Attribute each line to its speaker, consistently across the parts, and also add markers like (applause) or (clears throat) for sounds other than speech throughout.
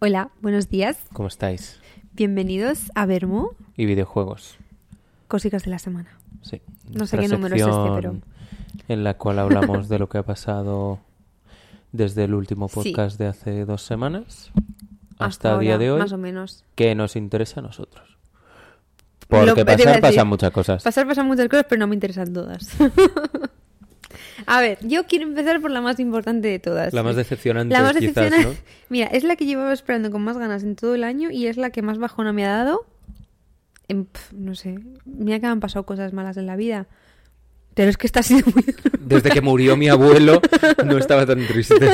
Speaker 1: Hola, buenos días.
Speaker 2: ¿Cómo estáis?
Speaker 1: Bienvenidos a Vermo,
Speaker 2: Y videojuegos.
Speaker 1: Cositas de la Semana.
Speaker 2: Sí.
Speaker 1: No sé
Speaker 2: Nuestra
Speaker 1: qué número es este,
Speaker 2: sección En la cual hablamos de lo que ha pasado desde el último
Speaker 1: Sí.
Speaker 2: podcast de hace dos semanas hasta, el día
Speaker 1: ahora,
Speaker 2: de hoy,
Speaker 1: Más o menos.
Speaker 2: que nos interesa a nosotros.
Speaker 1: Lo- te
Speaker 2: Porque
Speaker 1: iba a
Speaker 2: pasar
Speaker 1: decir-
Speaker 2: pasan muchas cosas.
Speaker 1: Pasar pasan muchas cosas, pero no me interesan todas. (laughs) a ver, yo quiero empezar por la más importante de todas.
Speaker 2: La más decepcionante,
Speaker 1: La más
Speaker 2: quizás,
Speaker 1: decepciona-
Speaker 2: ¿no?
Speaker 1: (laughs) Mira, es la que llevaba esperando con más ganas en todo el año y es la que más bajona me ha dado. En, pf, no sé, mira que me han pasado cosas malas en la vida. Pero es que esta ha sido muy...
Speaker 2: Desde que murió mi abuelo no estaba
Speaker 1: (laughs)
Speaker 2: tan triste.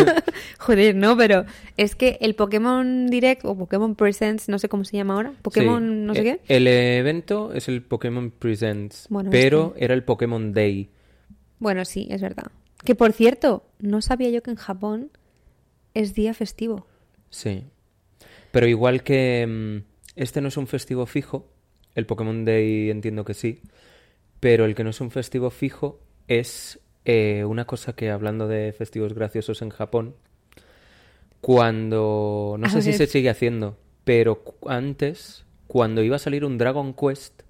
Speaker 1: Joder, no, pero es que el Pokémon Direct o Pokémon Presents, no sé cómo se llama ahora, Pokémon
Speaker 2: Sí.
Speaker 1: no sé
Speaker 2: Eh,
Speaker 1: qué.
Speaker 2: El evento es el Pokémon Presents,
Speaker 1: Bueno, este.
Speaker 2: pero era el Pokémon Day.
Speaker 1: Bueno, sí, es verdad. Que por cierto, no sabía yo que en Japón es día festivo.
Speaker 2: Sí. Pero igual que mm, este no es un festivo fijo, el Pokémon Day entiendo que sí, pero el que no es un festivo fijo es eh, una cosa que hablando de festivos graciosos en Japón, cuando, no
Speaker 1: A
Speaker 2: sé si se
Speaker 1: ver.
Speaker 2: sigue haciendo, pero cu- antes, cuando iba a salir un Dragon Quest,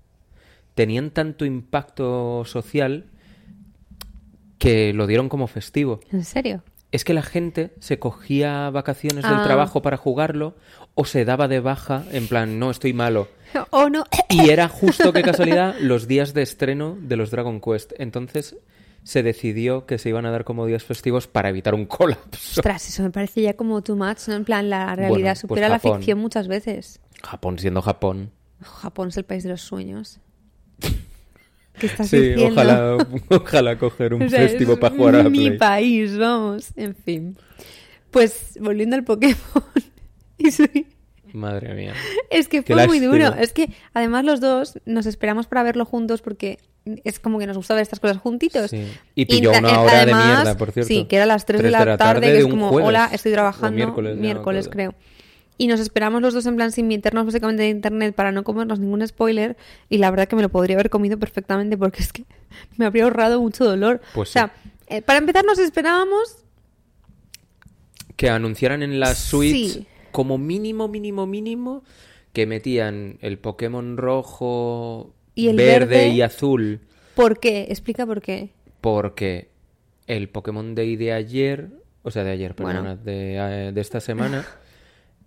Speaker 2: tenían tanto impacto social que lo dieron como festivo.
Speaker 1: ¿En
Speaker 2: (laughs)
Speaker 1: serio?
Speaker 2: Es que la gente se cogía vacaciones del
Speaker 1: Ah.
Speaker 2: trabajo para jugarlo o se daba de baja en plan, no, estoy malo.
Speaker 1: Oh, no. (coughs)
Speaker 2: Y era justo,
Speaker 1: (laughs)
Speaker 2: qué casualidad, los días de estreno de los Dragon Quest. Entonces se decidió que se iban a dar como días festivos para evitar un colapso.
Speaker 1: Ostras, eso me parece ya como too much. ¿no? En plan, la realidad
Speaker 2: Bueno, pues
Speaker 1: supera la
Speaker 2: Japón.
Speaker 1: ficción muchas veces.
Speaker 2: Japón siendo Japón.
Speaker 1: Japón es el país de los
Speaker 2: (laughs)
Speaker 1: sueños. ¿Qué estás
Speaker 2: Sí,
Speaker 1: diciendo?
Speaker 2: ojalá, ojalá coger
Speaker 1: (laughs)
Speaker 2: un
Speaker 1: O sea,
Speaker 2: festivo
Speaker 1: es
Speaker 2: para jugar a la
Speaker 1: Mi
Speaker 2: Play.
Speaker 1: país, vamos. En fin. Pues volviendo al Pokémon. (laughs) y su-
Speaker 2: Madre mía.
Speaker 1: Es que
Speaker 2: Qué
Speaker 1: fue muy
Speaker 2: lástima.
Speaker 1: duro. Es que además los dos nos esperamos para verlo juntos porque es como que nos gusta ver estas cosas juntitos.
Speaker 2: Sí. Y pilló
Speaker 1: ta-
Speaker 2: una
Speaker 1: eh,
Speaker 2: hora de mierda, por cierto.
Speaker 1: Sí, que era a las 3, de, la tarde, que
Speaker 2: de
Speaker 1: es
Speaker 2: un
Speaker 1: como,
Speaker 2: jueves.
Speaker 1: hola, estoy
Speaker 2: O
Speaker 1: trabajando.
Speaker 2: miércoles,
Speaker 1: Miércoles,
Speaker 2: ya no me acuerdo.
Speaker 1: creo. Y nos esperamos los dos en plan sin meternos básicamente de internet para no comernos ningún spoiler. Y la verdad que me lo podría haber comido perfectamente porque es que (laughs) me habría ahorrado mucho dolor.
Speaker 2: Pues
Speaker 1: o sea, eh, para empezar nos esperábamos
Speaker 2: que anunciaran en las Switch
Speaker 1: Sí.
Speaker 2: como mínimo, mínimo, mínimo que metían el Pokémon rojo,
Speaker 1: Y el verde.
Speaker 2: y azul,
Speaker 1: por qué. Explica por qué.
Speaker 2: porque el Pokémon Day de ayer, o sea, de ayer,
Speaker 1: Bueno.
Speaker 2: perdona, de, eh, de esta semana,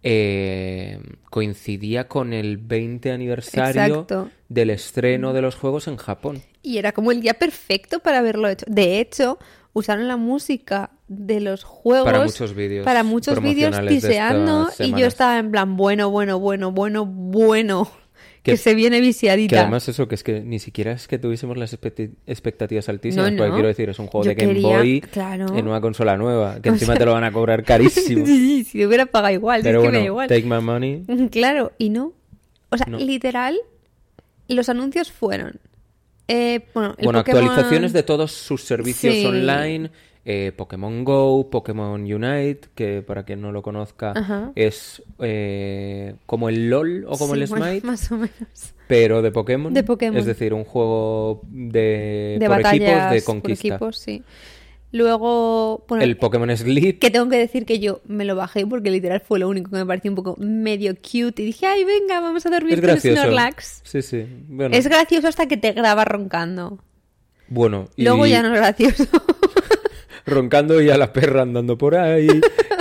Speaker 2: eh, coincidía con el 20 aniversario
Speaker 1: Exacto.
Speaker 2: del estreno de los juegos en Japón.
Speaker 1: Y era como el día perfecto para haberlo hecho. De hecho, usaron la música de los juegos
Speaker 2: Para muchos vídeos
Speaker 1: para muchos vídeos
Speaker 2: promocionales de
Speaker 1: piseando
Speaker 2: estas
Speaker 1: y
Speaker 2: semanas.
Speaker 1: yo estaba en plan bueno, bueno, bueno, bueno, bueno, que,
Speaker 2: Que-
Speaker 1: se viene
Speaker 2: Que
Speaker 1: viciadita. (laughs)
Speaker 2: además eso, que es que ni siquiera es que tuviésemos las expecti- expectativas altísimas,
Speaker 1: No,
Speaker 2: porque
Speaker 1: no.
Speaker 2: quiero decir, es un juego
Speaker 1: Yo
Speaker 2: de Game
Speaker 1: quería-
Speaker 2: Boy
Speaker 1: claro.
Speaker 2: en una consola nueva,
Speaker 1: (laughs)
Speaker 2: que encima te lo van a cobrar carísimo.
Speaker 1: Sí, si lo hubiera pagado igual, si
Speaker 2: Pero
Speaker 1: es que me
Speaker 2: bueno,
Speaker 1: da igual.
Speaker 2: take my money.
Speaker 1: (laughs) Claro, y no. O sea,
Speaker 2: No.
Speaker 1: literal, los anuncios fueron. eh, bueno, el
Speaker 2: Bueno,
Speaker 1: Pokémon-
Speaker 2: actualizaciones de todos sus servicios
Speaker 1: Sí.
Speaker 2: online, eh, Pokémon Go, Pokémon Unite, que para quien no lo conozca
Speaker 1: Ajá.
Speaker 2: es eh, como el LOL o como
Speaker 1: Sí,
Speaker 2: el
Speaker 1: bueno, (laughs)
Speaker 2: Smite,
Speaker 1: más o menos.
Speaker 2: pero de Pokémon.
Speaker 1: De Pokémon.
Speaker 2: Es decir, un juego de,
Speaker 1: de
Speaker 2: eh, por
Speaker 1: batallas
Speaker 2: equipos de
Speaker 1: por
Speaker 2: conquista.
Speaker 1: equipos, sí. Luego, bueno,
Speaker 2: El Pokémon Sleep.
Speaker 1: que tengo que decir que yo me lo bajé porque literal fue lo único que me pareció un poco medio cute y dije, ay, venga, vamos a dormir
Speaker 2: Es
Speaker 1: con
Speaker 2: gracioso.
Speaker 1: Snorlax.
Speaker 2: Sí, sí. Bueno,
Speaker 1: Es gracioso hasta que te graba roncando.
Speaker 2: bueno, y
Speaker 1: Luego ya no es gracioso.
Speaker 2: (laughs)
Speaker 1: (laughs)
Speaker 2: roncando y a la perra andando por ahí,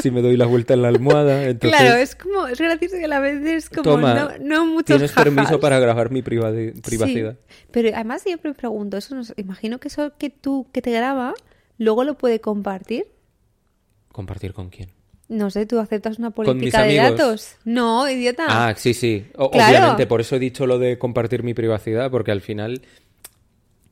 Speaker 2: si me doy la vuelta en la almohada, entonces
Speaker 1: claro, es como, es gracioso que a la vez es como,
Speaker 2: Toma,
Speaker 1: no, no muchos
Speaker 2: tienes
Speaker 1: jajas.
Speaker 2: permiso para grabar mi privadi-
Speaker 1: Sí.
Speaker 2: privacidad.
Speaker 1: Pero además siempre me pregunto, eso nos, imagino que eso que tú, que te graba, luego lo puede compartir.
Speaker 2: ¿Compartir con quién?
Speaker 1: No sé, ¿tú aceptas una
Speaker 2: mis
Speaker 1: política de
Speaker 2: amigos.
Speaker 1: datos? No, idiota.
Speaker 2: Ah, sí, sí. O-
Speaker 1: Claro.
Speaker 2: Obviamente, por eso he dicho lo de compartir mi privacidad, porque al final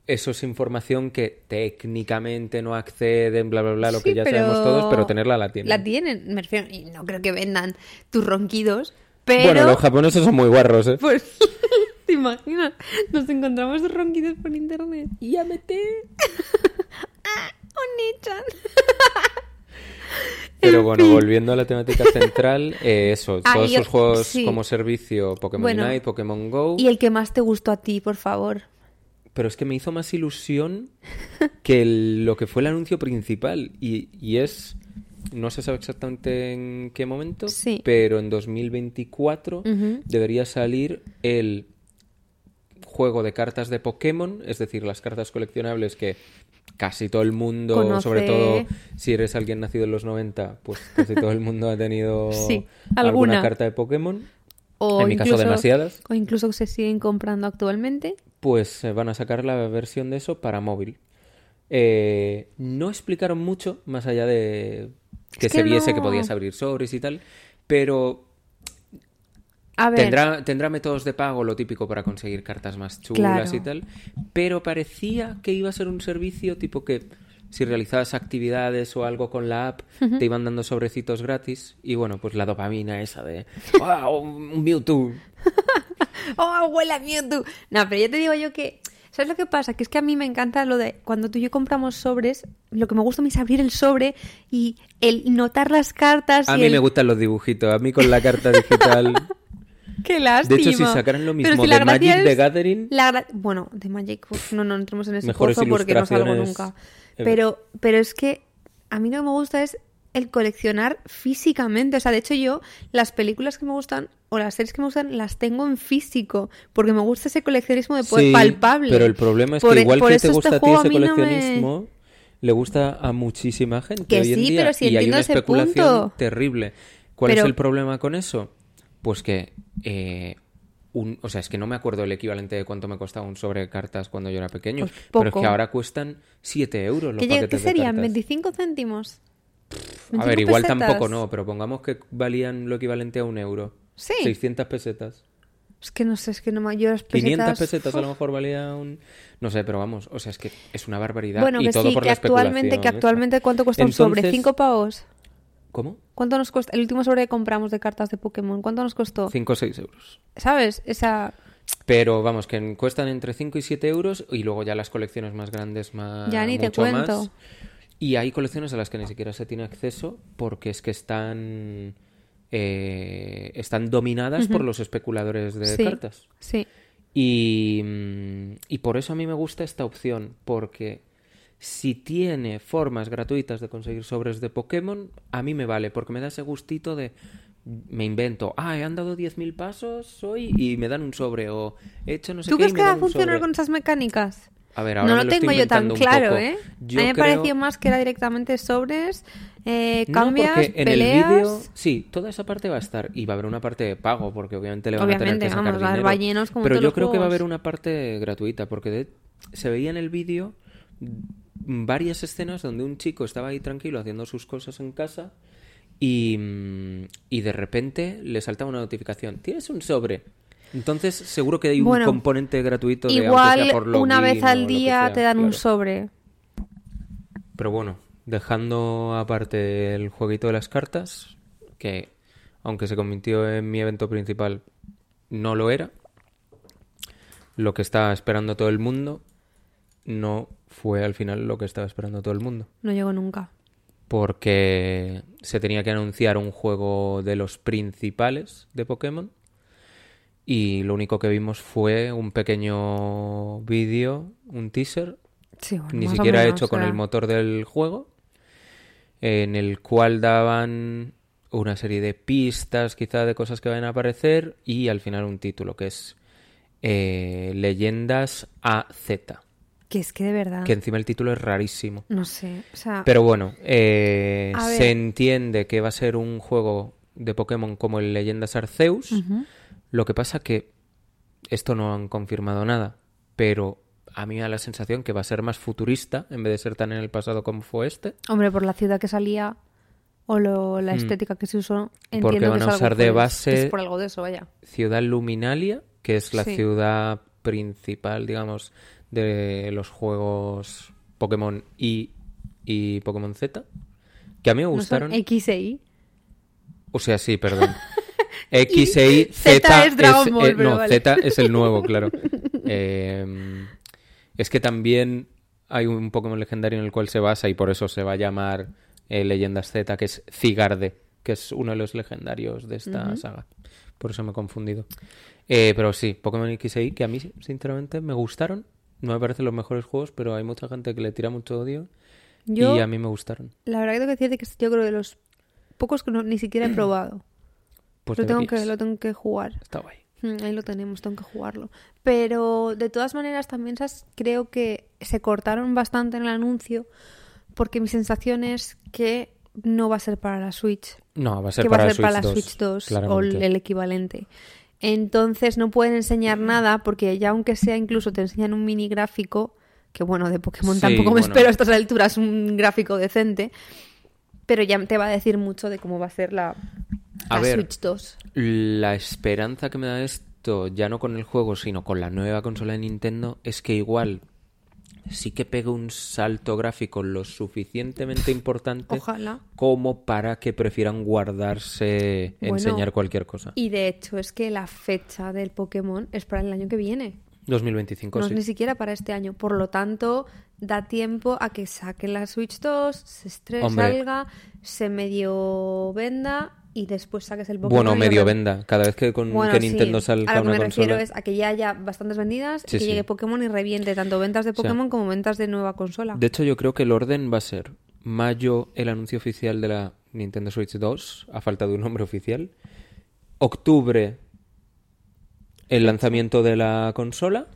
Speaker 2: eso es información que técnicamente no acceden, bla, bla, bla, lo que
Speaker 1: Sí,
Speaker 2: ya
Speaker 1: pero-
Speaker 2: sabemos todos, pero tenerla la tienen.
Speaker 1: La tienen, me refiero, y no creo que vendan tus ronquidos, pero...
Speaker 2: Bueno, los japoneses son muy guarros, ¿eh?
Speaker 1: (laughs) pues, (laughs) ¿te imaginas? Nos encontramos ronquidos por internet. ¡Llámete! ¡Ah! ¡Oni-chan!
Speaker 2: Pero
Speaker 1: En
Speaker 2: bueno,
Speaker 1: fin.
Speaker 2: volviendo a la temática central, eh, eso,
Speaker 1: Ah,
Speaker 2: todos
Speaker 1: y yo-
Speaker 2: sus juegos
Speaker 1: sí.
Speaker 2: como servicio, Pokémon
Speaker 1: Bueno.
Speaker 2: Unite, Pokémon Go.
Speaker 1: Y el que más te gustó a ti, por favor.
Speaker 2: Pero es que me hizo más ilusión que el- lo que fue el anuncio principal. Y, y es no se sabe exactamente en qué momento,
Speaker 1: Sí.
Speaker 2: pero en 2024
Speaker 1: Ujú.
Speaker 2: debería salir el juego de cartas de Pokémon, es decir, las cartas coleccionables que casi todo el mundo,
Speaker 1: Conoce.
Speaker 2: sobre todo si eres alguien nacido en los 90, pues casi todo el mundo ha tenido
Speaker 1: (laughs) Sí,
Speaker 2: alguna
Speaker 1: alguna.
Speaker 2: carta de Pokémon.
Speaker 1: O
Speaker 2: En mi caso, demasiadas.
Speaker 1: O incluso se siguen comprando actualmente.
Speaker 2: pues se van a sacar la versión de eso para móvil. Eh, no explicaron mucho, más allá de que
Speaker 1: Es
Speaker 2: se
Speaker 1: que
Speaker 2: viese que
Speaker 1: no.
Speaker 2: podías abrir sobres y tal, pero
Speaker 1: A ver,
Speaker 2: tendrá, tendrá métodos de pago, lo típico para conseguir cartas más chulas
Speaker 1: Claro.
Speaker 2: y tal, pero parecía que iba a ser un servicio tipo que si realizabas actividades o algo con la app, te iban dando sobrecitos gratis y bueno, pues la dopamina esa de ¡Wow! Un
Speaker 1: (laughs)
Speaker 2: Mewtwo.
Speaker 1: ¡Oh, abuela Mewtwo! No, pero ya te digo yo que. ¿Sabes lo que pasa? Que es que a mí me encanta lo de cuando tú y yo compramos sobres, lo que me gusta a mí es abrir el sobre y el notar las cartas.
Speaker 2: A
Speaker 1: y
Speaker 2: mí
Speaker 1: el-
Speaker 2: me gustan los dibujitos, a mí con la carta
Speaker 1: (laughs)
Speaker 2: digital...
Speaker 1: ¡Qué lástima!
Speaker 2: De hecho, si sacaran lo
Speaker 1: Pero
Speaker 2: mismo
Speaker 1: si la
Speaker 2: de
Speaker 1: gracia
Speaker 2: Magic the
Speaker 1: es-
Speaker 2: Gathering,
Speaker 1: la gra- Bueno, de Magic, uf, no, no entremos en ese
Speaker 2: Mejores
Speaker 1: pozo porque no salgo
Speaker 2: ilustraciones eh.
Speaker 1: nunca.
Speaker 2: ever.
Speaker 1: Pero, pero es que a mí lo que me gusta es el coleccionar físicamente. O sea, de hecho yo las películas que me gustan o las series que me gustan las tengo en físico porque me gusta ese coleccionismo de poder
Speaker 2: sí,
Speaker 1: palpable.
Speaker 2: Pero el problema es
Speaker 1: Por-
Speaker 2: que igual
Speaker 1: por
Speaker 2: que
Speaker 1: eso
Speaker 2: te
Speaker 1: este
Speaker 2: gusta a ti
Speaker 1: juego
Speaker 2: ese
Speaker 1: mí no me-
Speaker 2: coleccionismo, le gusta a muchísima gente
Speaker 1: Que
Speaker 2: hoy en
Speaker 1: sí,
Speaker 2: día.
Speaker 1: pero sí
Speaker 2: y hay
Speaker 1: entiendo
Speaker 2: una
Speaker 1: ese
Speaker 2: especulación
Speaker 1: punto.
Speaker 2: terrible. ¿Cuál es
Speaker 1: Pero-
Speaker 2: el problema con eso? Pues que eh, un- o sea, es que no me acuerdo el equivalente de cuánto me costaba un sobre de cartas cuando yo era pequeño.
Speaker 1: Pues
Speaker 2: pero es
Speaker 1: poco.
Speaker 2: que ahora cuestan 7 euros los
Speaker 1: ¿Qué, llega-
Speaker 2: paquetes
Speaker 1: qué
Speaker 2: de
Speaker 1: serían?
Speaker 2: cartas.
Speaker 1: ¿25 céntimos?
Speaker 2: A ver,
Speaker 1: 25
Speaker 2: igual
Speaker 1: pesetas.
Speaker 2: tampoco no, pero pongamos que valían lo equivalente a un euro.
Speaker 1: Sí.
Speaker 2: 600 pesetas.
Speaker 1: Es que no sé, es que no me... Yo las
Speaker 2: 500
Speaker 1: pesetas...
Speaker 2: pesetas a
Speaker 1: Pues uf.
Speaker 2: lo mejor valía un... No sé, pero vamos, o sea, es que es una barbaridad.
Speaker 1: Bueno,
Speaker 2: y
Speaker 1: que
Speaker 2: todo
Speaker 1: sí,
Speaker 2: por
Speaker 1: que
Speaker 2: la
Speaker 1: actualmente, que
Speaker 2: especulación
Speaker 1: actualmente
Speaker 2: esa.
Speaker 1: ¿cuánto cuesta un sobre?
Speaker 2: Entonces-
Speaker 1: ¿Cinco pavos?
Speaker 2: ¿Cómo?
Speaker 1: ¿Cuánto nos cuesta? El último sobre que compramos de cartas de Pokémon, ¿cuánto nos costó?
Speaker 2: 5 o 6 euros.
Speaker 1: ¿Sabes? Esa.
Speaker 2: Pero vamos, que en- cuestan entre 5 y 7 euros y luego ya las colecciones más grandes más...
Speaker 1: Ya ni te
Speaker 2: mucho más.
Speaker 1: cuento.
Speaker 2: Y hay colecciones a las que ni siquiera se tiene acceso porque es que están... eh, están dominadas por los especuladores de
Speaker 1: sí.
Speaker 2: cartas.
Speaker 1: Sí.
Speaker 2: Y, mm, y por eso a mí me gusta esta opción, porque si tiene formas gratuitas de conseguir sobres de Pokémon, a mí me vale, porque me da ese gustito de... Me invento, ah, he andado 10.000 pasos hoy y me dan un sobre, o he hecho no sé
Speaker 1: ¿Tú
Speaker 2: qué
Speaker 1: crees
Speaker 2: y me
Speaker 1: que va a
Speaker 2: dan un
Speaker 1: funcionar
Speaker 2: sobre.
Speaker 1: con esas mecánicas?
Speaker 2: A ver, ahora
Speaker 1: No
Speaker 2: me
Speaker 1: lo
Speaker 2: estoy
Speaker 1: tengo yo tan
Speaker 2: inventando un
Speaker 1: claro,
Speaker 2: poco.
Speaker 1: ¿eh?
Speaker 2: Yo
Speaker 1: a mí me
Speaker 2: creo-
Speaker 1: pareció más que era directamente sobres, eh,
Speaker 2: No,
Speaker 1: cambias,
Speaker 2: porque en
Speaker 1: peleas.
Speaker 2: el vídeo, sí, toda esa parte va a estar y va a haber una parte de pago porque obviamente le van a
Speaker 1: Obviamente,
Speaker 2: tener que sacar
Speaker 1: vamos, va a haber
Speaker 2: dinero.
Speaker 1: ballenos como en
Speaker 2: pero
Speaker 1: todos
Speaker 2: yo
Speaker 1: los
Speaker 2: creo que va a haber
Speaker 1: juegos.
Speaker 2: una parte gratuita porque de- se veía en el vídeo mm, varias escenas donde un chico estaba ahí tranquilo haciendo sus cosas en casa y, mm, y de repente le saltaba una notificación, tienes un sobre. Entonces seguro que hay un
Speaker 1: Bueno,
Speaker 2: componente gratuito de aunque
Speaker 1: Igual
Speaker 2: sea por
Speaker 1: una
Speaker 2: login
Speaker 1: vez
Speaker 2: o lo
Speaker 1: al
Speaker 2: que
Speaker 1: día
Speaker 2: sea,
Speaker 1: te dan un
Speaker 2: claro.
Speaker 1: sobre.
Speaker 2: Pero bueno, dejando aparte el jueguito de las cartas, que aunque se convirtió en mi evento principal, no lo era. Lo que estaba esperando todo el mundo no fue al final lo que estaba esperando todo el mundo.
Speaker 1: No llegó nunca.
Speaker 2: Porque se tenía que anunciar un juego de los principales de Pokémon. Y lo único que vimos fue un pequeño vídeo, un teaser,
Speaker 1: Sí, bueno,
Speaker 2: ni
Speaker 1: más o
Speaker 2: siquiera
Speaker 1: menos,
Speaker 2: hecho con
Speaker 1: o sea,
Speaker 2: el motor del juego, en el cual daban una serie de pistas, quizá de cosas que van a aparecer, y al final un título que es eh, Leyendas AZ,
Speaker 1: Que es que de verdad.
Speaker 2: que encima el título es rarísimo.
Speaker 1: No sé. O sea,
Speaker 2: Pero bueno, eh,
Speaker 1: Ah. A
Speaker 2: se
Speaker 1: ver.
Speaker 2: entiende que va a ser un juego de Pokémon como el Leyendas Arceus,
Speaker 1: ujú.
Speaker 2: lo que pasa que esto no han confirmado nada, pero a mí me da la sensación que va a ser más futurista en vez de ser tan en el pasado como fue este,
Speaker 1: Hombre, por la ciudad que salía o lo- la estética que se usó, entiendo
Speaker 2: Hmm. Porque van
Speaker 1: que es
Speaker 2: a
Speaker 1: algo
Speaker 2: usar de
Speaker 1: por es-
Speaker 2: base-
Speaker 1: que es por algo de eso, vaya.
Speaker 2: ciudad Luminalia, que es la
Speaker 1: Sí.
Speaker 2: ciudad principal, digamos, de los juegos Pokémon Y y Pokémon Z, que a mí me
Speaker 1: ¿No son
Speaker 2: gustaron.
Speaker 1: X e Y.
Speaker 2: O sea, sí, perdón.
Speaker 1: (laughs)
Speaker 2: X, E, I, Z,
Speaker 1: Z es Dragon Ball,
Speaker 2: eh,
Speaker 1: pero
Speaker 2: no,
Speaker 1: vale.
Speaker 2: Z es el
Speaker 1: (laughs)
Speaker 2: nuevo, claro. Eh, es que también hay un Pokémon legendario en el cual se basa y por eso se va a llamar eh, Leyendas Z, que es Cigarde, que es uno de los legendarios de esta saga. Por eso me he confundido. Eh, pero sí, Pokémon X e Y, que a mí sinceramente me gustaron. No me parecen los mejores juegos, pero hay mucha gente que le tira mucho odio.
Speaker 1: Yo,
Speaker 2: Y a mí me gustaron.
Speaker 1: la verdad que tengo que decirte que es, yo creo de los pocos que no- ni
Speaker 2: (clears throat)
Speaker 1: siquiera he probado.
Speaker 2: Pues
Speaker 1: lo, tengo que,
Speaker 2: deberías.
Speaker 1: lo tengo que jugar.
Speaker 2: Está guay.
Speaker 1: Mm, Ahí lo tenemos, tengo que jugarlo. Pero de todas maneras también esas creo que se cortaron bastante en el anuncio porque mi sensación es que no va a ser para la Switch.
Speaker 2: No, va a ser
Speaker 1: que
Speaker 2: para,
Speaker 1: va a ser para la
Speaker 2: Switch 2.
Speaker 1: Switch 2 o
Speaker 2: claramente.
Speaker 1: el equivalente. Entonces no pueden enseñar nada porque ya aunque sea incluso te enseñan un mini gráfico, que bueno, de Pokémon
Speaker 2: Sí,
Speaker 1: tampoco me
Speaker 2: bueno.
Speaker 1: espero a estas alturas un gráfico decente, pero ya te va a decir mucho de cómo va a ser la,
Speaker 2: A
Speaker 1: la
Speaker 2: ver. Eh.
Speaker 1: Switch 2.
Speaker 2: La esperanza que me da esto, ya no con el juego, sino con la nueva consola de Nintendo, es que igual sí que pegue un salto gráfico lo suficientemente importante
Speaker 1: Ojalá.
Speaker 2: como para que prefieran guardarse
Speaker 1: Bueno,
Speaker 2: enseñar cualquier cosa.
Speaker 1: Y de hecho es que la fecha del Pokémon es para el año que viene.
Speaker 2: 2025,
Speaker 1: No es
Speaker 2: sí.
Speaker 1: ni siquiera para este año. Por lo tanto, da tiempo a que saquen la Switch 2, se estre-
Speaker 2: Hombre.
Speaker 1: salga, se medio venda y después saques el Pokémon.
Speaker 2: Bueno,
Speaker 1: y lo
Speaker 2: medio
Speaker 1: re-
Speaker 2: venda. Cada vez que, con,
Speaker 1: Bueno,
Speaker 2: que
Speaker 1: sí. a
Speaker 2: Nintendo
Speaker 1: lo
Speaker 2: salga
Speaker 1: que me
Speaker 2: una
Speaker 1: refiero
Speaker 2: consola.
Speaker 1: es a que ya haya bastantes vendidas y
Speaker 2: Sí,
Speaker 1: que
Speaker 2: sí.
Speaker 1: llegue Pokémon y reviente tanto ventas de
Speaker 2: sea,
Speaker 1: Pokémon como ventas de nueva consola.
Speaker 2: De hecho, yo creo que el orden va a ser mayo el anuncio oficial de la Nintendo Switch 2, a falta de un nombre oficial. Octubre el lanzamiento de la consola.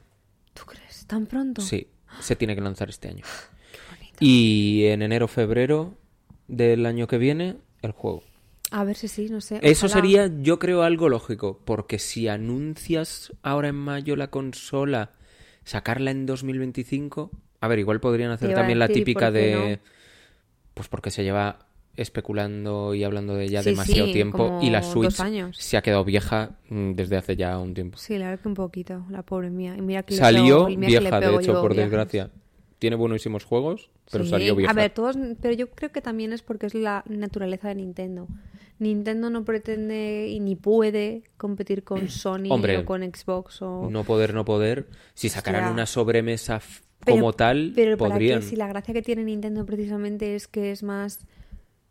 Speaker 1: ¿Tú crees? ¿Tan pronto?
Speaker 2: Sí, se tiene que lanzar este año. Y en enero, febrero del año que viene, el juego.
Speaker 1: A ver si sí, no sé.
Speaker 2: Eso
Speaker 1: ojalá.
Speaker 2: sería, yo creo, algo lógico, porque si anuncias ahora en mayo la consola, sacarla en 2025, a ver, igual podrían hacer
Speaker 1: Te iba a
Speaker 2: también la
Speaker 1: decir, ¿y por
Speaker 2: típica
Speaker 1: qué
Speaker 2: de, pues porque se lleva especulando y hablando de ella
Speaker 1: Sí,
Speaker 2: demasiado
Speaker 1: sí,
Speaker 2: tiempo
Speaker 1: como
Speaker 2: y la
Speaker 1: dos
Speaker 2: Switch
Speaker 1: años.
Speaker 2: se ha quedado vieja mm, desde hace ya un tiempo.
Speaker 1: Sí, la verdad que un poquito, la pobre mía. Y mira que le
Speaker 2: Salió
Speaker 1: pego- y mira que le
Speaker 2: vieja, de
Speaker 1: pego
Speaker 2: hecho,
Speaker 1: yo
Speaker 2: por
Speaker 1: viajes.
Speaker 2: desgracia. Tiene buenísimos juegos, pero
Speaker 1: Sí.
Speaker 2: salió vieja.
Speaker 1: A ver, todos, pero yo creo que también es porque es la naturaleza de Nintendo. Nintendo no pretende y ni puede competir
Speaker 2: (clears throat)
Speaker 1: con Sony
Speaker 2: Hombre,
Speaker 1: o con Xbox o
Speaker 2: No poder, no poder. Si sacaran
Speaker 1: Hostia.
Speaker 2: una sobremesa f-
Speaker 1: Pero-
Speaker 2: como tal,
Speaker 1: pero ¿para qué?
Speaker 2: podrían.
Speaker 1: si la gracia que tiene Nintendo precisamente es que es más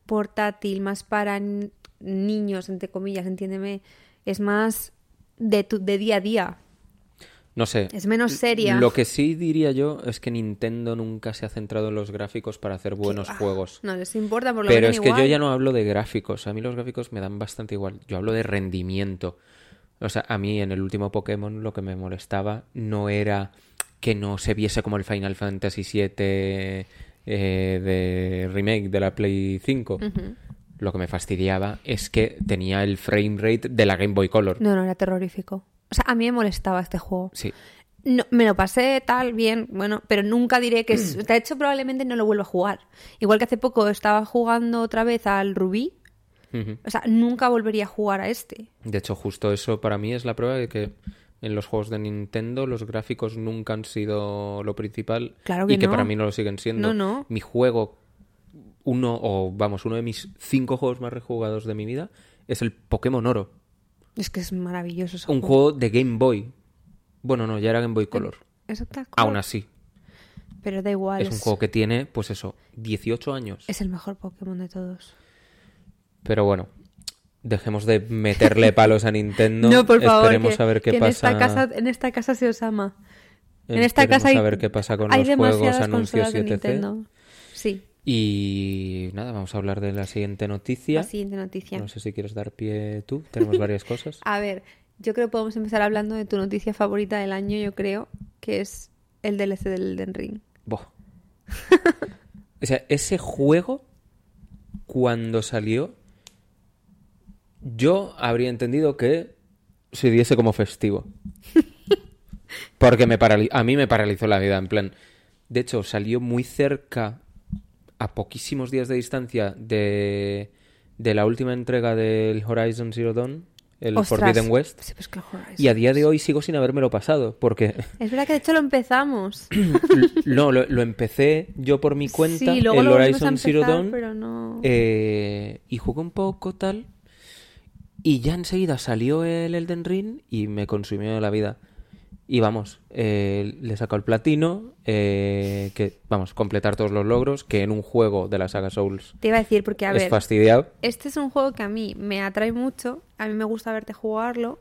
Speaker 1: portátil, más para ni- niños entre comillas, entiéndeme, es más de tu, de día a día.
Speaker 2: No sé.
Speaker 1: Es menos seria.
Speaker 2: Lo que sí diría yo es que Nintendo nunca se ha centrado en los gráficos para hacer buenos juegos.
Speaker 1: ah, No les importa por lo
Speaker 2: Pero
Speaker 1: menos
Speaker 2: es que yo ya no hablo de gráficos. A mí los gráficos me dan bastante igual. Yo hablo de rendimiento. O sea, a mí en el último Pokémon lo que me molestaba no era que no se viese como el Final Fantasy VII eh, de remake de la Play 5. Lo que me fastidiaba es que tenía el frame rate de la Game Boy Color.
Speaker 1: No, no, era terrorífico. O sea, a mí me molestaba este juego.
Speaker 2: Sí.
Speaker 1: No, me lo pasé tal, bien, bueno, pero nunca diré que... es- De hecho, probablemente no lo vuelva a jugar. Igual que hace poco estaba jugando otra vez al Rubí.
Speaker 2: Ujú.
Speaker 1: O sea, nunca volvería a jugar a este.
Speaker 2: De hecho, justo eso para mí es la prueba de que en los juegos de Nintendo los gráficos nunca han sido lo principal
Speaker 1: Claro que
Speaker 2: y que
Speaker 1: no.
Speaker 2: para mí no lo siguen
Speaker 1: No,
Speaker 2: siendo.
Speaker 1: no.
Speaker 2: Mi juego, uno, o vamos, uno de mis cinco juegos más rejugados de mi vida es el Pokémon Oro.
Speaker 1: Es que es maravilloso. ese
Speaker 2: Un juego de Game Boy. Bueno, no, ya era Game Boy Color.
Speaker 1: Es otra cosa,
Speaker 2: Aún así,
Speaker 1: Pero da igual.
Speaker 2: es un juego que tiene, pues eso, 18 años.
Speaker 1: es el mejor Pokémon de todos.
Speaker 2: Pero bueno, dejemos de
Speaker 1: (laughs)
Speaker 2: meterle palos a Nintendo.
Speaker 1: por favor.
Speaker 2: Esperemos
Speaker 1: que-
Speaker 2: a ver qué
Speaker 1: que
Speaker 2: pasa.
Speaker 1: En esta, casa, en esta casa se os ama. En esta
Speaker 2: Esperemos
Speaker 1: casa hay,
Speaker 2: a ver qué pasa con
Speaker 1: hay
Speaker 2: los juegos,
Speaker 1: demasiadas
Speaker 2: anuncios
Speaker 1: consolas de
Speaker 2: y etc..
Speaker 1: Nintendo. Sí,
Speaker 2: Y nada, vamos a hablar de la siguiente noticia.
Speaker 1: la siguiente noticia.
Speaker 2: No sé si quieres dar pie tú. Tenemos varias cosas.
Speaker 1: A ver, yo creo que podemos empezar hablando de tu noticia favorita del año, yo creo, que es el DLC del Elden Ring.
Speaker 2: Buah. (laughs) O sea, ese juego, cuando salió, yo habría entendido que se diese como festivo. Porque me parali- a mí me paralizó la vida, en plan. De hecho, salió muy cerca, a poquísimos días de distancia, de, de la última entrega del Horizon Zero Dawn, el
Speaker 1: Ostras.
Speaker 2: Forbidden West.
Speaker 1: Sí, pero es que el Horizon.
Speaker 2: Y a día de hoy sigo sin habérmelo pasado, porque
Speaker 1: Es verdad que de hecho lo
Speaker 2: (clears throat)
Speaker 1: empezamos.
Speaker 2: no, lo, lo empecé yo por mi cuenta,
Speaker 1: sí, luego
Speaker 2: el
Speaker 1: lo volvimos a
Speaker 2: Horizon Zero
Speaker 1: empezar,
Speaker 2: Dawn,
Speaker 1: pero no...
Speaker 2: eh, y jugué un poco tal, y ya enseguida salió el Elden Ring y me consumió la vida. Y vamos, eh, le sacó el platino, eh, que vamos, completar todos los logros, que en un juego de la saga Souls
Speaker 1: Te iba a decir, porque a
Speaker 2: es
Speaker 1: ver,
Speaker 2: fastidiado.
Speaker 1: este es un juego que a mí me atrae mucho, a mí me gusta verte jugarlo,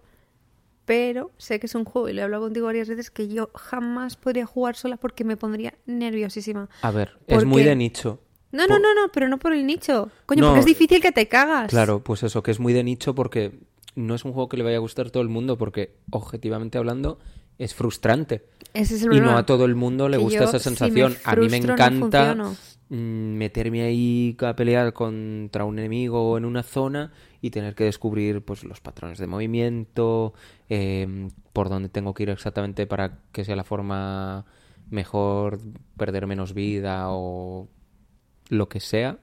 Speaker 1: pero sé que es un juego, y lo he hablado contigo varias veces, que yo jamás podría jugar sola porque me pondría nerviosísima.
Speaker 2: A ver, es muy
Speaker 1: Porque-
Speaker 2: de nicho.
Speaker 1: No, no,
Speaker 2: Ah, Por-
Speaker 1: no, no, pero no por el nicho. Coño,
Speaker 2: No.
Speaker 1: porque es difícil que te cagas.
Speaker 2: Claro, pues eso, que es muy de nicho porque no es un juego que le vaya a gustar a todo el mundo, porque objetivamente hablando es frustrante.
Speaker 1: Ese es el
Speaker 2: Y
Speaker 1: problema.
Speaker 2: no a todo el mundo le
Speaker 1: Que
Speaker 2: gusta
Speaker 1: yo,
Speaker 2: esa
Speaker 1: si me
Speaker 2: sensación. a mí me
Speaker 1: frustro, no
Speaker 2: encanta
Speaker 1: funciono.
Speaker 2: mm, meterme ahí a pelear contra un enemigo o en una zona y tener que descubrir pues los patrones de movimiento, eh, por dónde tengo que ir exactamente para que sea la forma mejor, perder menos vida o lo que sea.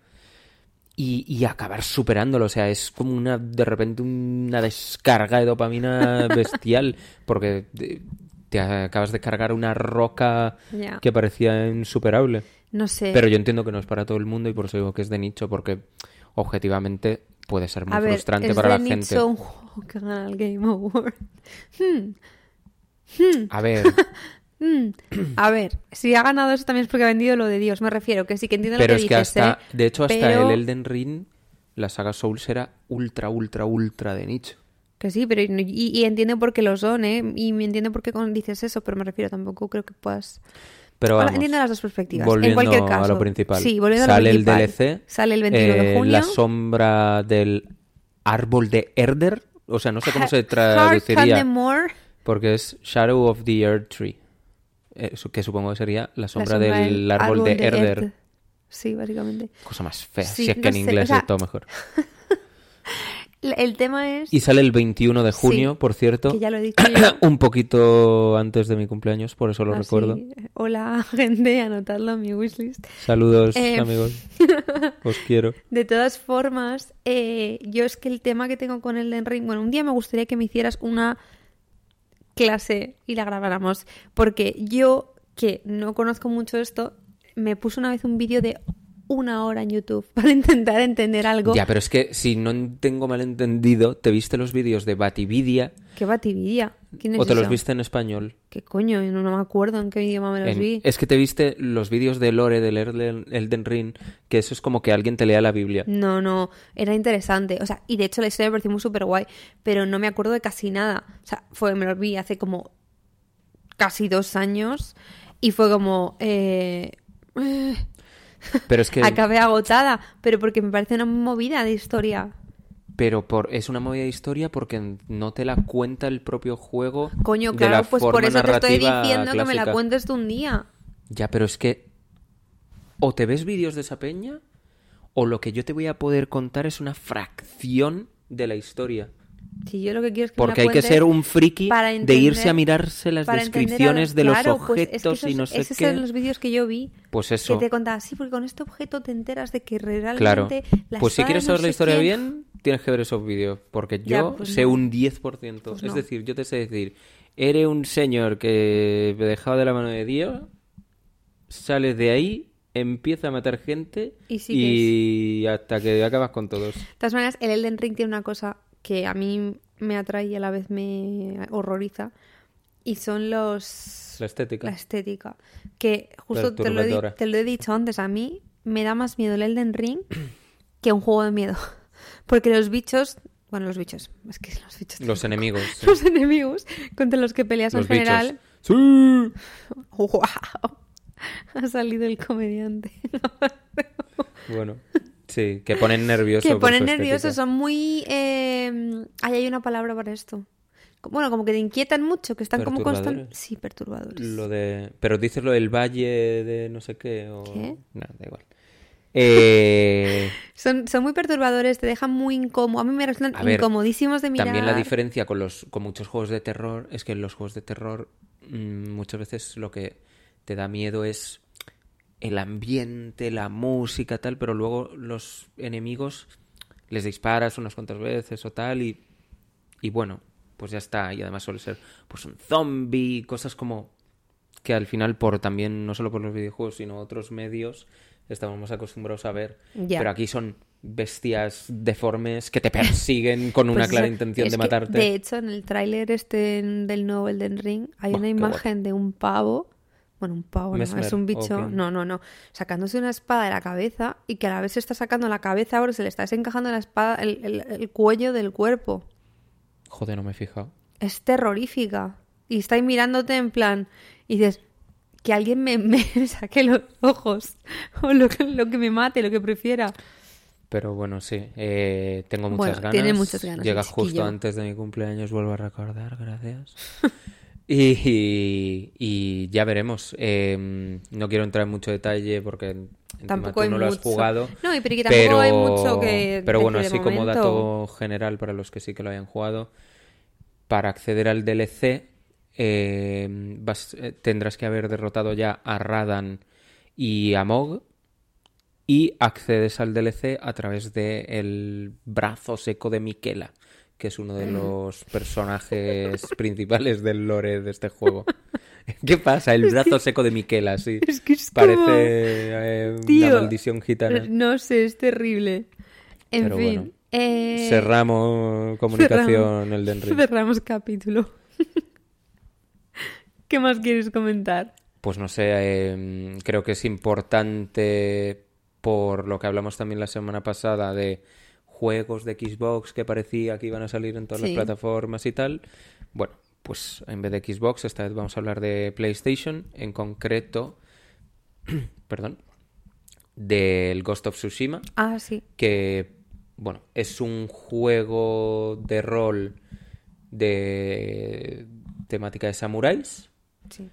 Speaker 2: Y, y acabar superándolo, o sea, es como una, de repente, una descarga
Speaker 1: (laughs)
Speaker 2: de dopamina bestial, porque te, te acabas de cargar una roca
Speaker 1: Ya. Eh.
Speaker 2: que parecía insuperable.
Speaker 1: No sé.
Speaker 2: Pero yo entiendo que no es para todo el mundo y por eso digo que es de nicho, porque objetivamente puede ser muy
Speaker 1: a ver,
Speaker 2: frustrante
Speaker 1: es de
Speaker 2: para la
Speaker 1: nicho
Speaker 2: gente.
Speaker 1: un juego que gana el Game Award. Hmm, (laughs)
Speaker 2: A ver,
Speaker 1: hmm. A ver, si ha ganado eso también es porque ha vendido lo de Dios. Me refiero, que sí que entiendo
Speaker 2: pero
Speaker 1: lo que
Speaker 2: es que
Speaker 1: dices,
Speaker 2: hasta,
Speaker 1: ¿eh?
Speaker 2: de hecho, hasta
Speaker 1: Pero-
Speaker 2: el Elden Ring, la saga Souls era ultra, ultra, ultra de nicho.
Speaker 1: Que sí, pero y, y entiendo por qué lo son, ¿eh? Y me entiendo por qué con- dices eso, pero me refiero tampoco, creo que puedas...
Speaker 2: Pero
Speaker 1: Ahora,
Speaker 2: vamos,
Speaker 1: entiendo las dos perspectivas. en
Speaker 2: Volviendo
Speaker 1: cualquier caso.
Speaker 2: a lo principal.
Speaker 1: Sí, volviendo
Speaker 2: sale
Speaker 1: a lo principal.
Speaker 2: el DLC.
Speaker 1: Sale el 21 de
Speaker 2: eh,
Speaker 1: junio.
Speaker 2: La sombra del árbol de Erder. O sea, no sé cómo se
Speaker 1: Hard
Speaker 2: traduciría.
Speaker 1: Candemore,
Speaker 2: Porque es Shadow of the Earth Tree. Eh, su- que supongo que sería la
Speaker 1: la
Speaker 2: sombra, del árbol, de, Erder.
Speaker 1: Erd. Sí, básicamente.
Speaker 2: Cosa más fea,
Speaker 1: Sí,
Speaker 2: si es que
Speaker 1: no
Speaker 2: en
Speaker 1: sé,
Speaker 2: inglés
Speaker 1: o sea-
Speaker 2: es todo mejor.
Speaker 1: L- El tema es
Speaker 2: Y sale el 21 de junio, por cierto.
Speaker 1: que ya lo he dicho yo.
Speaker 2: (coughs) Un poquito antes de mi cumpleaños, por eso lo
Speaker 1: Así,
Speaker 2: recuerdo.
Speaker 1: Hola, (laughs) gente, anotadlo en mi wishlist. (laughs)
Speaker 2: Saludos,
Speaker 1: Eh.
Speaker 2: amigos. Os quiero.
Speaker 1: De todas formas, eh, yo es que el tema que tengo con Elden Ring, bueno, un día me gustaría que me hicieras una clase y la grabáramos, porque yo, que no conozco mucho esto, me puse una vez un vídeo de una hora en YouTube (laughs) para intentar entender algo
Speaker 2: Ya, pero es que si no tengo malentendido, ¿te viste los vídeos de Batividia
Speaker 1: que batividia. ¿Quién es
Speaker 2: o te los
Speaker 1: eso?
Speaker 2: viste en español?
Speaker 1: ¿Qué coño? No, no me acuerdo en qué idioma me los
Speaker 2: En-
Speaker 1: vi.
Speaker 2: Es que te viste los vídeos de Lore del Erlen- Elden Ring, que eso es como que alguien te lea la Biblia.
Speaker 1: No, no, era interesante. O sea, y de hecho la historia me pareció muy súper guay, pero no me acuerdo de casi nada. O sea, fue, me lo vi hace como casi dos años y fue como... eh, eh,
Speaker 2: Pero es que
Speaker 1: Acabé agotada, pero porque me parece una movida de historia.
Speaker 2: pero por es una movida de historia porque no te la cuenta el propio juego.
Speaker 1: Coño,
Speaker 2: de la
Speaker 1: claro, pues por
Speaker 2: forma
Speaker 1: eso te estoy
Speaker 2: narrativa
Speaker 1: diciendo que me la
Speaker 2: clásica.
Speaker 1: cuentes tú un día.
Speaker 2: Ya, pero es que o te ves vídeos de esa peña o lo que yo te voy a poder contar es una fracción de la historia.
Speaker 1: Si yo lo que quiero es que me la
Speaker 2: Porque hay que
Speaker 1: cuentes
Speaker 2: ser un friki
Speaker 1: para
Speaker 2: de
Speaker 1: entender-
Speaker 2: irse a mirarse las
Speaker 1: para entender
Speaker 2: descripciones
Speaker 1: algo.
Speaker 2: de los
Speaker 1: Claro,
Speaker 2: objetos
Speaker 1: pues es que
Speaker 2: y
Speaker 1: esos-
Speaker 2: no sé
Speaker 1: esos
Speaker 2: qué.
Speaker 1: eran los vídeos que yo vi.
Speaker 2: Pues eso.
Speaker 1: Que te contaba, sí, porque con este objeto te enteras de que realmente
Speaker 2: Claro.
Speaker 1: la
Speaker 2: Pues si
Speaker 1: espada
Speaker 2: quieres
Speaker 1: no
Speaker 2: saber la
Speaker 1: sé
Speaker 2: historia
Speaker 1: quién-
Speaker 2: bien, tienes que ver esos vídeos. Porque yo
Speaker 1: Ya, pues
Speaker 2: sé
Speaker 1: no. Pues
Speaker 2: un 10%. es
Speaker 1: no.
Speaker 2: decir, yo te sé decir, eres un señor que dejado de la mano de Dios, sales de ahí, empieza a matar gente
Speaker 1: Y
Speaker 2: y hasta que acabas con todos.
Speaker 1: De todas maneras, el Elden Ring tiene una cosa que a mí me atrae y a la vez me horroriza. Y son los...
Speaker 2: La estética.
Speaker 1: La estética. Que justo
Speaker 2: La
Speaker 1: te lo, he, di-
Speaker 2: turbadora.
Speaker 1: te lo he dicho antes, a mí me da más miedo el Elden Ring
Speaker 2: (clears throat)
Speaker 1: que un juego de miedo. (laughs) Porque los bichos... Bueno, los bichos. Es que los bichos...
Speaker 2: Los enemigos.
Speaker 1: (laughs)
Speaker 2: sí.
Speaker 1: Los enemigos contra los que peleas
Speaker 2: Los
Speaker 1: Pues, en general...
Speaker 2: bichos. ¡Sí!
Speaker 1: (laughs) ¡Wow! Ha salido el comediante.
Speaker 2: Bueno, sí, que ponen nervioso.
Speaker 1: que
Speaker 2: por su
Speaker 1: ponen
Speaker 2: estética.
Speaker 1: nerviosos, son muy... Eh, ay, hay una palabra para esto. Co- Bueno, como que te inquietan mucho, que están como constantes.
Speaker 2: Perturbadores.
Speaker 1: Sí, perturbadores.
Speaker 2: Lo de. Pero dices lo del valle de no sé qué o.
Speaker 1: ¿Qué?
Speaker 2: No, da igual. Eh,
Speaker 1: Son, son muy perturbadores, te dejan muy incómodo. A mí me resultan
Speaker 2: A ver,
Speaker 1: incomodísimos de mirar.
Speaker 2: También la diferencia con los con muchos juegos de terror es que en los juegos de terror mm, muchas veces lo que te da miedo es el ambiente, la música, tal, pero luego los enemigos les disparas unas cuantas veces o tal y y bueno, pues ya está, y además suele ser pues un zombie, cosas como que al final por también no solo por los videojuegos, sino otros medios estamos más acostumbrados a ver,
Speaker 1: Ya.
Speaker 2: pero aquí son bestias deformes que te (laughs) persiguen con una
Speaker 1: Pues
Speaker 2: clara
Speaker 1: eso,
Speaker 2: intención
Speaker 1: es
Speaker 2: de
Speaker 1: que,
Speaker 2: matarte.
Speaker 1: de hecho, en el tráiler este del nuevo Elden Ring hay
Speaker 2: Buah,
Speaker 1: una
Speaker 2: qué
Speaker 1: imagen de un pavo. Bueno, un pavo, no,
Speaker 2: Mesmer,
Speaker 1: es un
Speaker 2: ¿o
Speaker 1: bicho.
Speaker 2: quién?
Speaker 1: No, no, no. Sacándose una espada de la cabeza y que a la vez se está sacando la cabeza ahora se le está desencajando la espada, el- el- el cuello del cuerpo.
Speaker 2: Joder, no me he fijado.
Speaker 1: es terrorífica. Y estáis mirándote en plan, y dices, que alguien me, me (laughs) saque los ojos o lo, que- lo que me mate, lo que prefiera.
Speaker 2: Pero bueno, sí, eh, tengo
Speaker 1: Bueno,
Speaker 2: muchas ganas.
Speaker 1: tiene muchas ganas
Speaker 2: Llega
Speaker 1: el
Speaker 2: justo
Speaker 1: chiquillo.
Speaker 2: antes de mi cumpleaños, vuelvo a recordar,
Speaker 1: (laughs)
Speaker 2: gracias. Y, y ya veremos. Eh, no quiero entrar en mucho detalle porque encima
Speaker 1: Tampoco
Speaker 2: tú
Speaker 1: hay
Speaker 2: no lo has
Speaker 1: mucho.
Speaker 2: jugado.
Speaker 1: No, y pero que tampoco
Speaker 2: pero,
Speaker 1: hay mucho que
Speaker 2: pero bueno,
Speaker 1: decir
Speaker 2: así
Speaker 1: de
Speaker 2: como
Speaker 1: momento.
Speaker 2: dato general para los que sí que lo hayan jugado, para acceder al DLC eh, vas- eh, tendrás que haber derrotado ya a Radan y a Mog y accedes al DLC a través del brazo seco de Miquela, que es uno de
Speaker 1: Mm.
Speaker 2: los personajes (laughs) principales del lore de este juego. (laughs) ¿Qué pasa? El brazo seco de Miquela, sí.
Speaker 1: (laughs) Es que es
Speaker 2: Parece
Speaker 1: como-
Speaker 2: eh, una
Speaker 1: Tío.
Speaker 2: maldición gitana.
Speaker 1: No sé, es terrible. En
Speaker 2: Pero
Speaker 1: fin.
Speaker 2: bueno.
Speaker 1: eh,
Speaker 2: Cerramos comunicación el Elden Ring.
Speaker 1: cerramos capítulo. (laughs) ¿Qué más quieres comentar?
Speaker 2: Pues no sé, eh, creo que es importante por lo que hablamos también la semana pasada de juegos de Xbox que parecía que iban a salir en todas
Speaker 1: Sí.
Speaker 2: las plataformas y tal. Bueno, pues en vez de Xbox esta vez vamos a hablar de PlayStation, en concreto, (clears throat) perdón, del Ghost of Tsushima.
Speaker 1: Ah, sí.
Speaker 2: que, bueno, es un juego de rol de temática de samuráis.
Speaker 1: sí.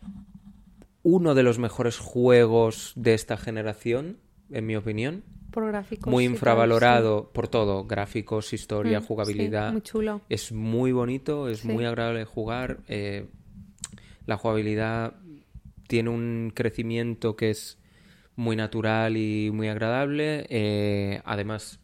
Speaker 2: Uno de los mejores juegos de esta generación, en mi opinión.
Speaker 1: Por gráficos.
Speaker 2: Muy
Speaker 1: y tal,
Speaker 2: infravalorado por todo, gráficos,
Speaker 1: sí.
Speaker 2: historia,
Speaker 1: Mm, sí,
Speaker 2: jugabilidad.
Speaker 1: muy chulo.
Speaker 2: Es muy bonito, es
Speaker 1: Sí.
Speaker 2: muy agradable de jugar. eh, la jugabilidad tiene un crecimiento que es muy natural y muy agradable. eh, además,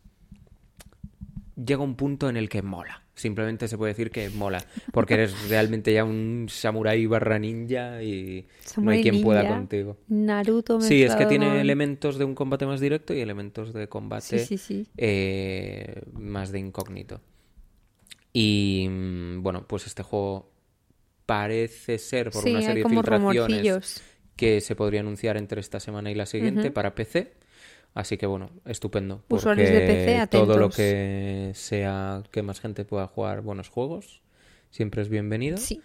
Speaker 2: llega un punto en el que mola. Simplemente se puede decir que mola, porque
Speaker 1: (laughs)
Speaker 2: eres realmente ya un samurái barra ninja y no
Speaker 1: Samurai
Speaker 2: hay quien pueda
Speaker 1: Ninja,
Speaker 2: contigo.
Speaker 1: Naruto.
Speaker 2: Sí, es que
Speaker 1: mezclado
Speaker 2: tiene
Speaker 1: con-
Speaker 2: elementos de un combate más directo y elementos de combate
Speaker 1: Sí, sí, sí.
Speaker 2: eh, más de incógnito. Y mm, bueno, pues este juego parece ser por
Speaker 1: Sí,
Speaker 2: una
Speaker 1: hay
Speaker 2: serie de
Speaker 1: como
Speaker 2: filtraciones
Speaker 1: rumorcillos.
Speaker 2: que se podría anunciar entre esta semana y la siguiente para PC. Así que bueno, estupendo.
Speaker 1: Usuarios de
Speaker 2: porque
Speaker 1: PC,
Speaker 2: todo lo
Speaker 1: atentos.
Speaker 2: que sea que más gente pueda jugar buenos juegos siempre es bienvenido.
Speaker 1: Sí.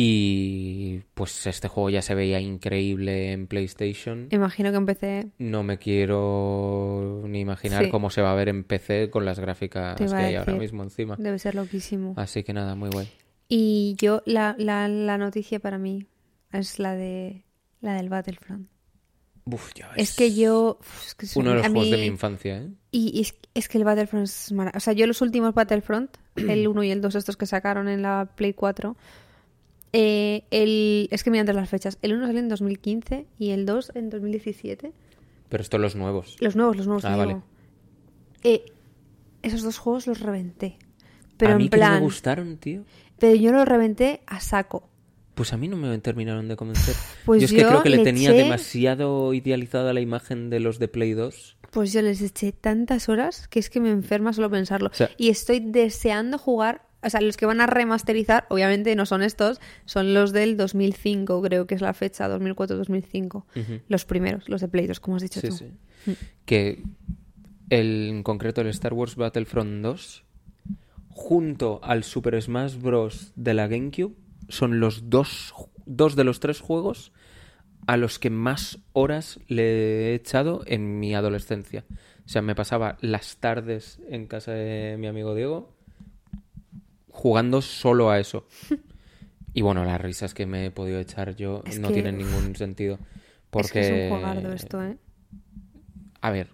Speaker 2: Y pues este juego ya se veía increíble en PlayStation.
Speaker 1: Imagino que empecé.
Speaker 2: No me quiero ni imaginar
Speaker 1: Sí.
Speaker 2: cómo se va a ver en PC con las gráficas
Speaker 1: Te
Speaker 2: que
Speaker 1: iba a
Speaker 2: hay ahora
Speaker 1: decir.
Speaker 2: mismo encima.
Speaker 1: Debe ser loquísimo.
Speaker 2: Así que nada, muy guay.
Speaker 1: Y yo, la, la, la noticia para mí es la de la del Battlefront.
Speaker 2: Uf, ya
Speaker 1: Es que yo. uf, es que soy-
Speaker 2: Ah, Uno de los
Speaker 1: a
Speaker 2: juegos de
Speaker 1: mí-
Speaker 2: mi infancia, ¿eh?
Speaker 1: Y es, es que el Battlefront es mara- O sea, yo los últimos
Speaker 2: (clears throat)
Speaker 1: Battlefront, el 1 y el 2, estos que sacaron en la Play 4, eh, el, es que miran las fechas. El 1 salió en 2015 y el 2 en 2017.
Speaker 2: Pero estos los nuevos.
Speaker 1: Los nuevos, los nuevos.
Speaker 2: Ah,
Speaker 1: te
Speaker 2: vale.
Speaker 1: digo. Eh, esos dos juegos los reventé. Pero
Speaker 2: a mí
Speaker 1: en
Speaker 2: que no me
Speaker 1: plan.
Speaker 2: gustaron, tío.
Speaker 1: Pero yo los reventé a saco.
Speaker 2: Pues a mí no me terminaron de convencer.
Speaker 1: Pues
Speaker 2: yo es que
Speaker 1: yo
Speaker 2: creo que le
Speaker 1: le
Speaker 2: tenía
Speaker 1: eché-
Speaker 2: demasiado idealizada la imagen de los de Play 2.
Speaker 1: Pues yo les eché tantas horas que es que me enferma solo pensarlo.
Speaker 2: O sea-
Speaker 1: y estoy deseando jugar. O sea, los que van a remasterizar, obviamente no son estos, son los del 2005, creo que es la fecha, 2004-2005.
Speaker 2: Ujú.
Speaker 1: Los primeros, los de Play 2, como has dicho
Speaker 2: Sí,
Speaker 1: tú. Mm.
Speaker 2: sí. Que el, en concreto el Star Wars Battlefront 2, junto al Super Smash Bros. de la GameCube, son los dos, ju- dos de los tres juegos a los que más horas le he echado en mi adolescencia. O sea, me pasaba las tardes en casa de mi amigo Diego jugando solo a
Speaker 1: (laughs)
Speaker 2: eso. Y bueno, las risas que me he podido echar yo
Speaker 1: Es
Speaker 2: no
Speaker 1: que-
Speaker 2: tienen ningún sentido.
Speaker 1: Es que
Speaker 2: Porque...
Speaker 1: es un jugardo esto, ¿eh?
Speaker 2: A ver,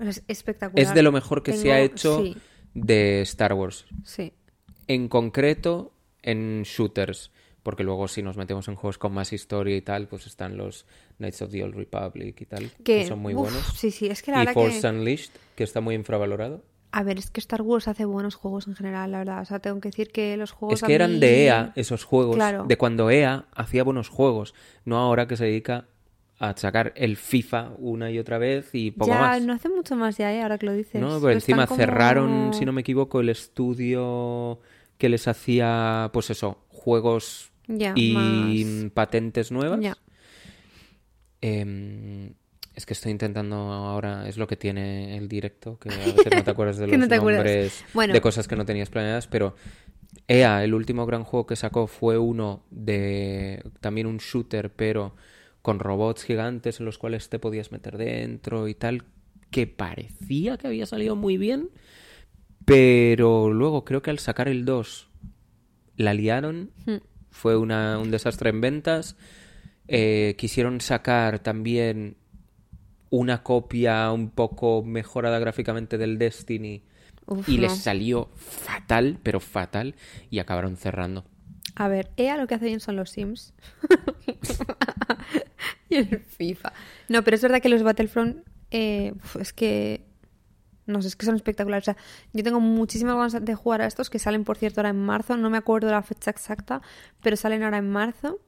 Speaker 1: Es espectacular.
Speaker 2: es de lo mejor que se ha
Speaker 1: Tengo-
Speaker 2: hecho
Speaker 1: Sí,
Speaker 2: de Star Wars.
Speaker 1: sí.
Speaker 2: En concreto, en shooters. Porque luego si nos metemos en juegos con más historia y tal, pues están los Knights of the Old Republic y tal, que,
Speaker 1: Que,
Speaker 2: son muy
Speaker 1: uf,
Speaker 2: buenos.
Speaker 1: Sí, sí, es que la
Speaker 2: Y
Speaker 1: verdad
Speaker 2: Force
Speaker 1: que...
Speaker 2: Unleashed, que está muy infravalorado.
Speaker 1: A ver, es que Star Wars hace buenos juegos en general, la verdad. O sea, tengo que decir que los juegos...
Speaker 2: es
Speaker 1: a
Speaker 2: que eran
Speaker 1: mí-
Speaker 2: de EA esos juegos,
Speaker 1: Claro.
Speaker 2: de cuando EA hacía buenos juegos, no ahora que se dedica a sacar el FIFA una y otra vez y poco
Speaker 1: ya,
Speaker 2: más.
Speaker 1: no hace mucho más ya, ¿eh? ahora que lo dices.
Speaker 2: No,
Speaker 1: Lo
Speaker 2: pero encima
Speaker 1: están como-
Speaker 2: cerraron, si no me equivoco, el estudio que les hacía, pues eso, juegos
Speaker 1: Ya,
Speaker 2: y patentes nuevas.
Speaker 1: Ya.
Speaker 2: Em, es que estoy intentando ahora, es lo que tiene el directo, que a veces
Speaker 1: (laughs)
Speaker 2: no te acuerdas de
Speaker 1: Que
Speaker 2: los
Speaker 1: no te acuerdas.
Speaker 2: nombres
Speaker 1: Bueno.
Speaker 2: de cosas que no tenías planeadas, pero E EA, el último gran juego que sacó fue uno de también un shooter, pero con robots gigantes en los cuales te podías meter dentro y tal, que parecía que había salido muy bien, pero luego creo que al sacar el 2 la liaron,
Speaker 1: Mm.
Speaker 2: fue una- un desastre en ventas, eh, quisieron sacar también una copia un poco mejorada gráficamente del Destiny
Speaker 1: Uf,
Speaker 2: y
Speaker 1: no.
Speaker 2: les salió fatal, pero fatal, y acabaron cerrando.
Speaker 1: A ver, EA lo que hace bien son los Sims. (laughs) y el FIFA. No, pero es verdad que los Battlefront eh, uf, es que... No sé, es que son espectaculares. O sea, yo tengo muchísimas ganas de jugar a estos que salen, por cierto, ahora en marzo. No me acuerdo la fecha exacta, pero salen ahora en marzo.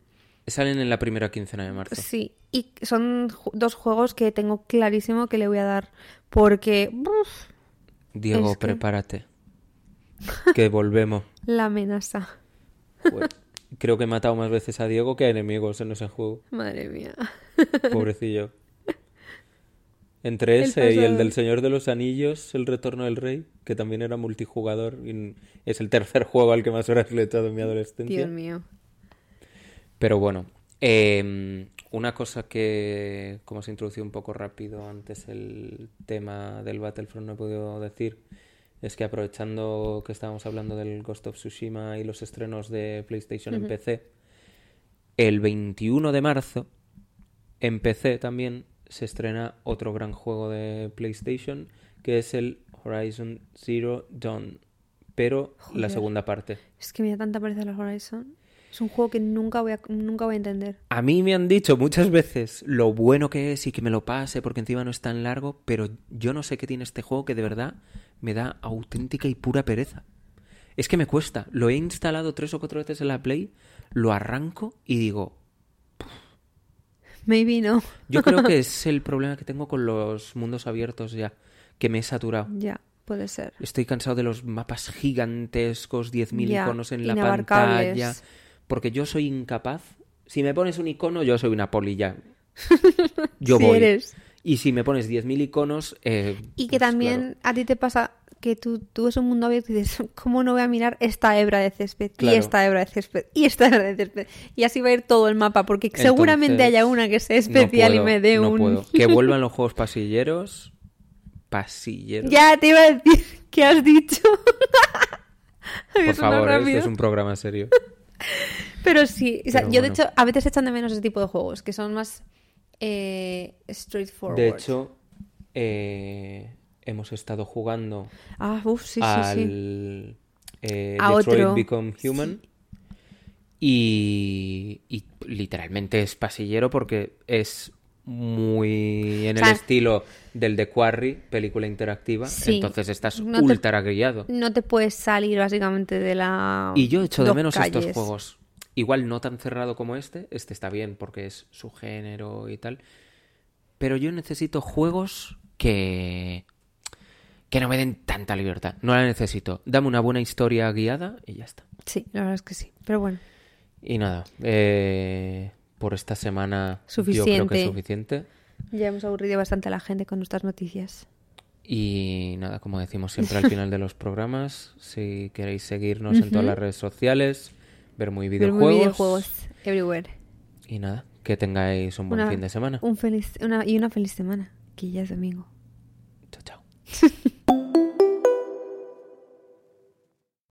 Speaker 2: Salen en la primera quincena de marzo.
Speaker 1: Sí, y son ju- dos juegos que tengo clarísimo que le voy a dar porque uf,
Speaker 2: Diego,
Speaker 1: Es que-
Speaker 2: prepárate.
Speaker 1: (laughs)
Speaker 2: Que volvemos.
Speaker 1: la amenaza.
Speaker 2: Jue- Creo que he matado más veces a Diego que a enemigos en ese juego.
Speaker 1: Madre mía.
Speaker 2: Pobrecillo. Entre
Speaker 1: El
Speaker 2: ese y el
Speaker 1: pasado.
Speaker 2: del Señor de los Anillos, El Retorno del Rey, que también era multijugador, y n- es el tercer juego al que más horas le he echado en mi adolescencia.
Speaker 1: Dios mío.
Speaker 2: Pero bueno, eh, una cosa que, como se introdució un poco rápido antes el tema del Battlefront, no he podido decir, es que aprovechando que estábamos hablando del Ghost of Tsushima y los estrenos de PlayStation en PC, el 21 de marzo en PC también se estrena otro gran juego de PlayStation, que es el Horizon Zero Dawn, pero la
Speaker 1: Joder.
Speaker 2: segunda parte.
Speaker 1: Es que me da tanta pereza los Horizon. Es un juego que nunca voy a, nunca voy a entender.
Speaker 2: A mí me han dicho muchas veces lo bueno que es y que me lo pase porque encima no es tan largo, pero yo no sé qué tiene este juego que de verdad me da auténtica y pura pereza. Es que me cuesta. Lo he instalado tres o cuatro veces en la Play, lo arranco y digo,
Speaker 1: Maybe no.
Speaker 2: yo creo que es el problema que tengo con los mundos abiertos ya, que me he saturado.
Speaker 1: Ya, puede ser.
Speaker 2: Estoy cansado de los mapas gigantescos, 10.000
Speaker 1: Ya,
Speaker 2: iconos en la
Speaker 1: inabarcables.
Speaker 2: pantalla. Porque yo soy incapaz. Si me pones un icono, yo soy
Speaker 1: (laughs)
Speaker 2: una polilla. Yo
Speaker 1: Sí
Speaker 2: voy.
Speaker 1: eres.
Speaker 2: Y si me pones 10.000 iconos. eh,
Speaker 1: Y que
Speaker 2: pues,
Speaker 1: también a ti te pasa que tú, tú ves un mundo abierto y dices, (laughs) ¿cómo no voy a mirar esta hebra de césped?
Speaker 2: Claro.
Speaker 1: Y esta hebra de césped. Y esta hebra de césped. Y así va a ir todo el mapa, porque
Speaker 2: claro.
Speaker 1: seguramente
Speaker 2: Entonces,
Speaker 1: haya una que sea
Speaker 2: no
Speaker 1: especial
Speaker 2: puedo,
Speaker 1: y me dé
Speaker 2: no
Speaker 1: un... (laughs)
Speaker 2: puedo. Que vuelvan los juegos pasilleros. Pasilleros.
Speaker 1: Ya te iba a decir (laughs) qué has dicho.
Speaker 2: Por
Speaker 1: Es una
Speaker 2: favor, esto
Speaker 1: rápido.
Speaker 2: es un programa serio.
Speaker 1: Pero sí, o sea,
Speaker 2: Pero
Speaker 1: yo de
Speaker 2: bueno.
Speaker 1: hecho a veces echan de menos ese tipo de juegos, que son más eh, straightforward.
Speaker 2: De hecho, eh, hemos estado jugando
Speaker 1: Ah, uff, sí,
Speaker 2: al
Speaker 1: sí, sí.
Speaker 2: eh,
Speaker 1: A
Speaker 2: Detroit
Speaker 1: otro.
Speaker 2: Become Human. Y, y literalmente es pasillero porque es muy en
Speaker 1: O sea,
Speaker 2: el estilo del The Quarry, película interactiva.
Speaker 1: Sí.
Speaker 2: entonces estás
Speaker 1: No te-
Speaker 2: ultra grillado.
Speaker 1: No te puedes salir básicamente de la...
Speaker 2: Y yo echo de
Speaker 1: dos
Speaker 2: menos estos
Speaker 1: calles.
Speaker 2: juegos. Igual no tan cerrado como este. Este está bien porque es su género y tal. Pero yo necesito juegos que. que no me den tanta libertad. No la necesito. Dame una buena historia guiada y ya está.
Speaker 1: Sí, la verdad es que sí. Pero bueno,
Speaker 2: Y nada. eh, por esta semana yo creo que
Speaker 1: Suficiente.
Speaker 2: es suficiente.
Speaker 1: ya hemos aburrido bastante a la gente con nuestras noticias.
Speaker 2: Y nada, como decimos
Speaker 1: (laughs)
Speaker 2: siempre al final de los programas, si queréis seguirnos en todas las redes sociales, ver muy
Speaker 1: Pero muy videojuegos everywhere.
Speaker 2: Y nada, que tengáis un buen
Speaker 1: Una-
Speaker 2: fin de semana.
Speaker 1: Un feliz, una, y una feliz semana, que ya es domingo.
Speaker 2: Chao, chao.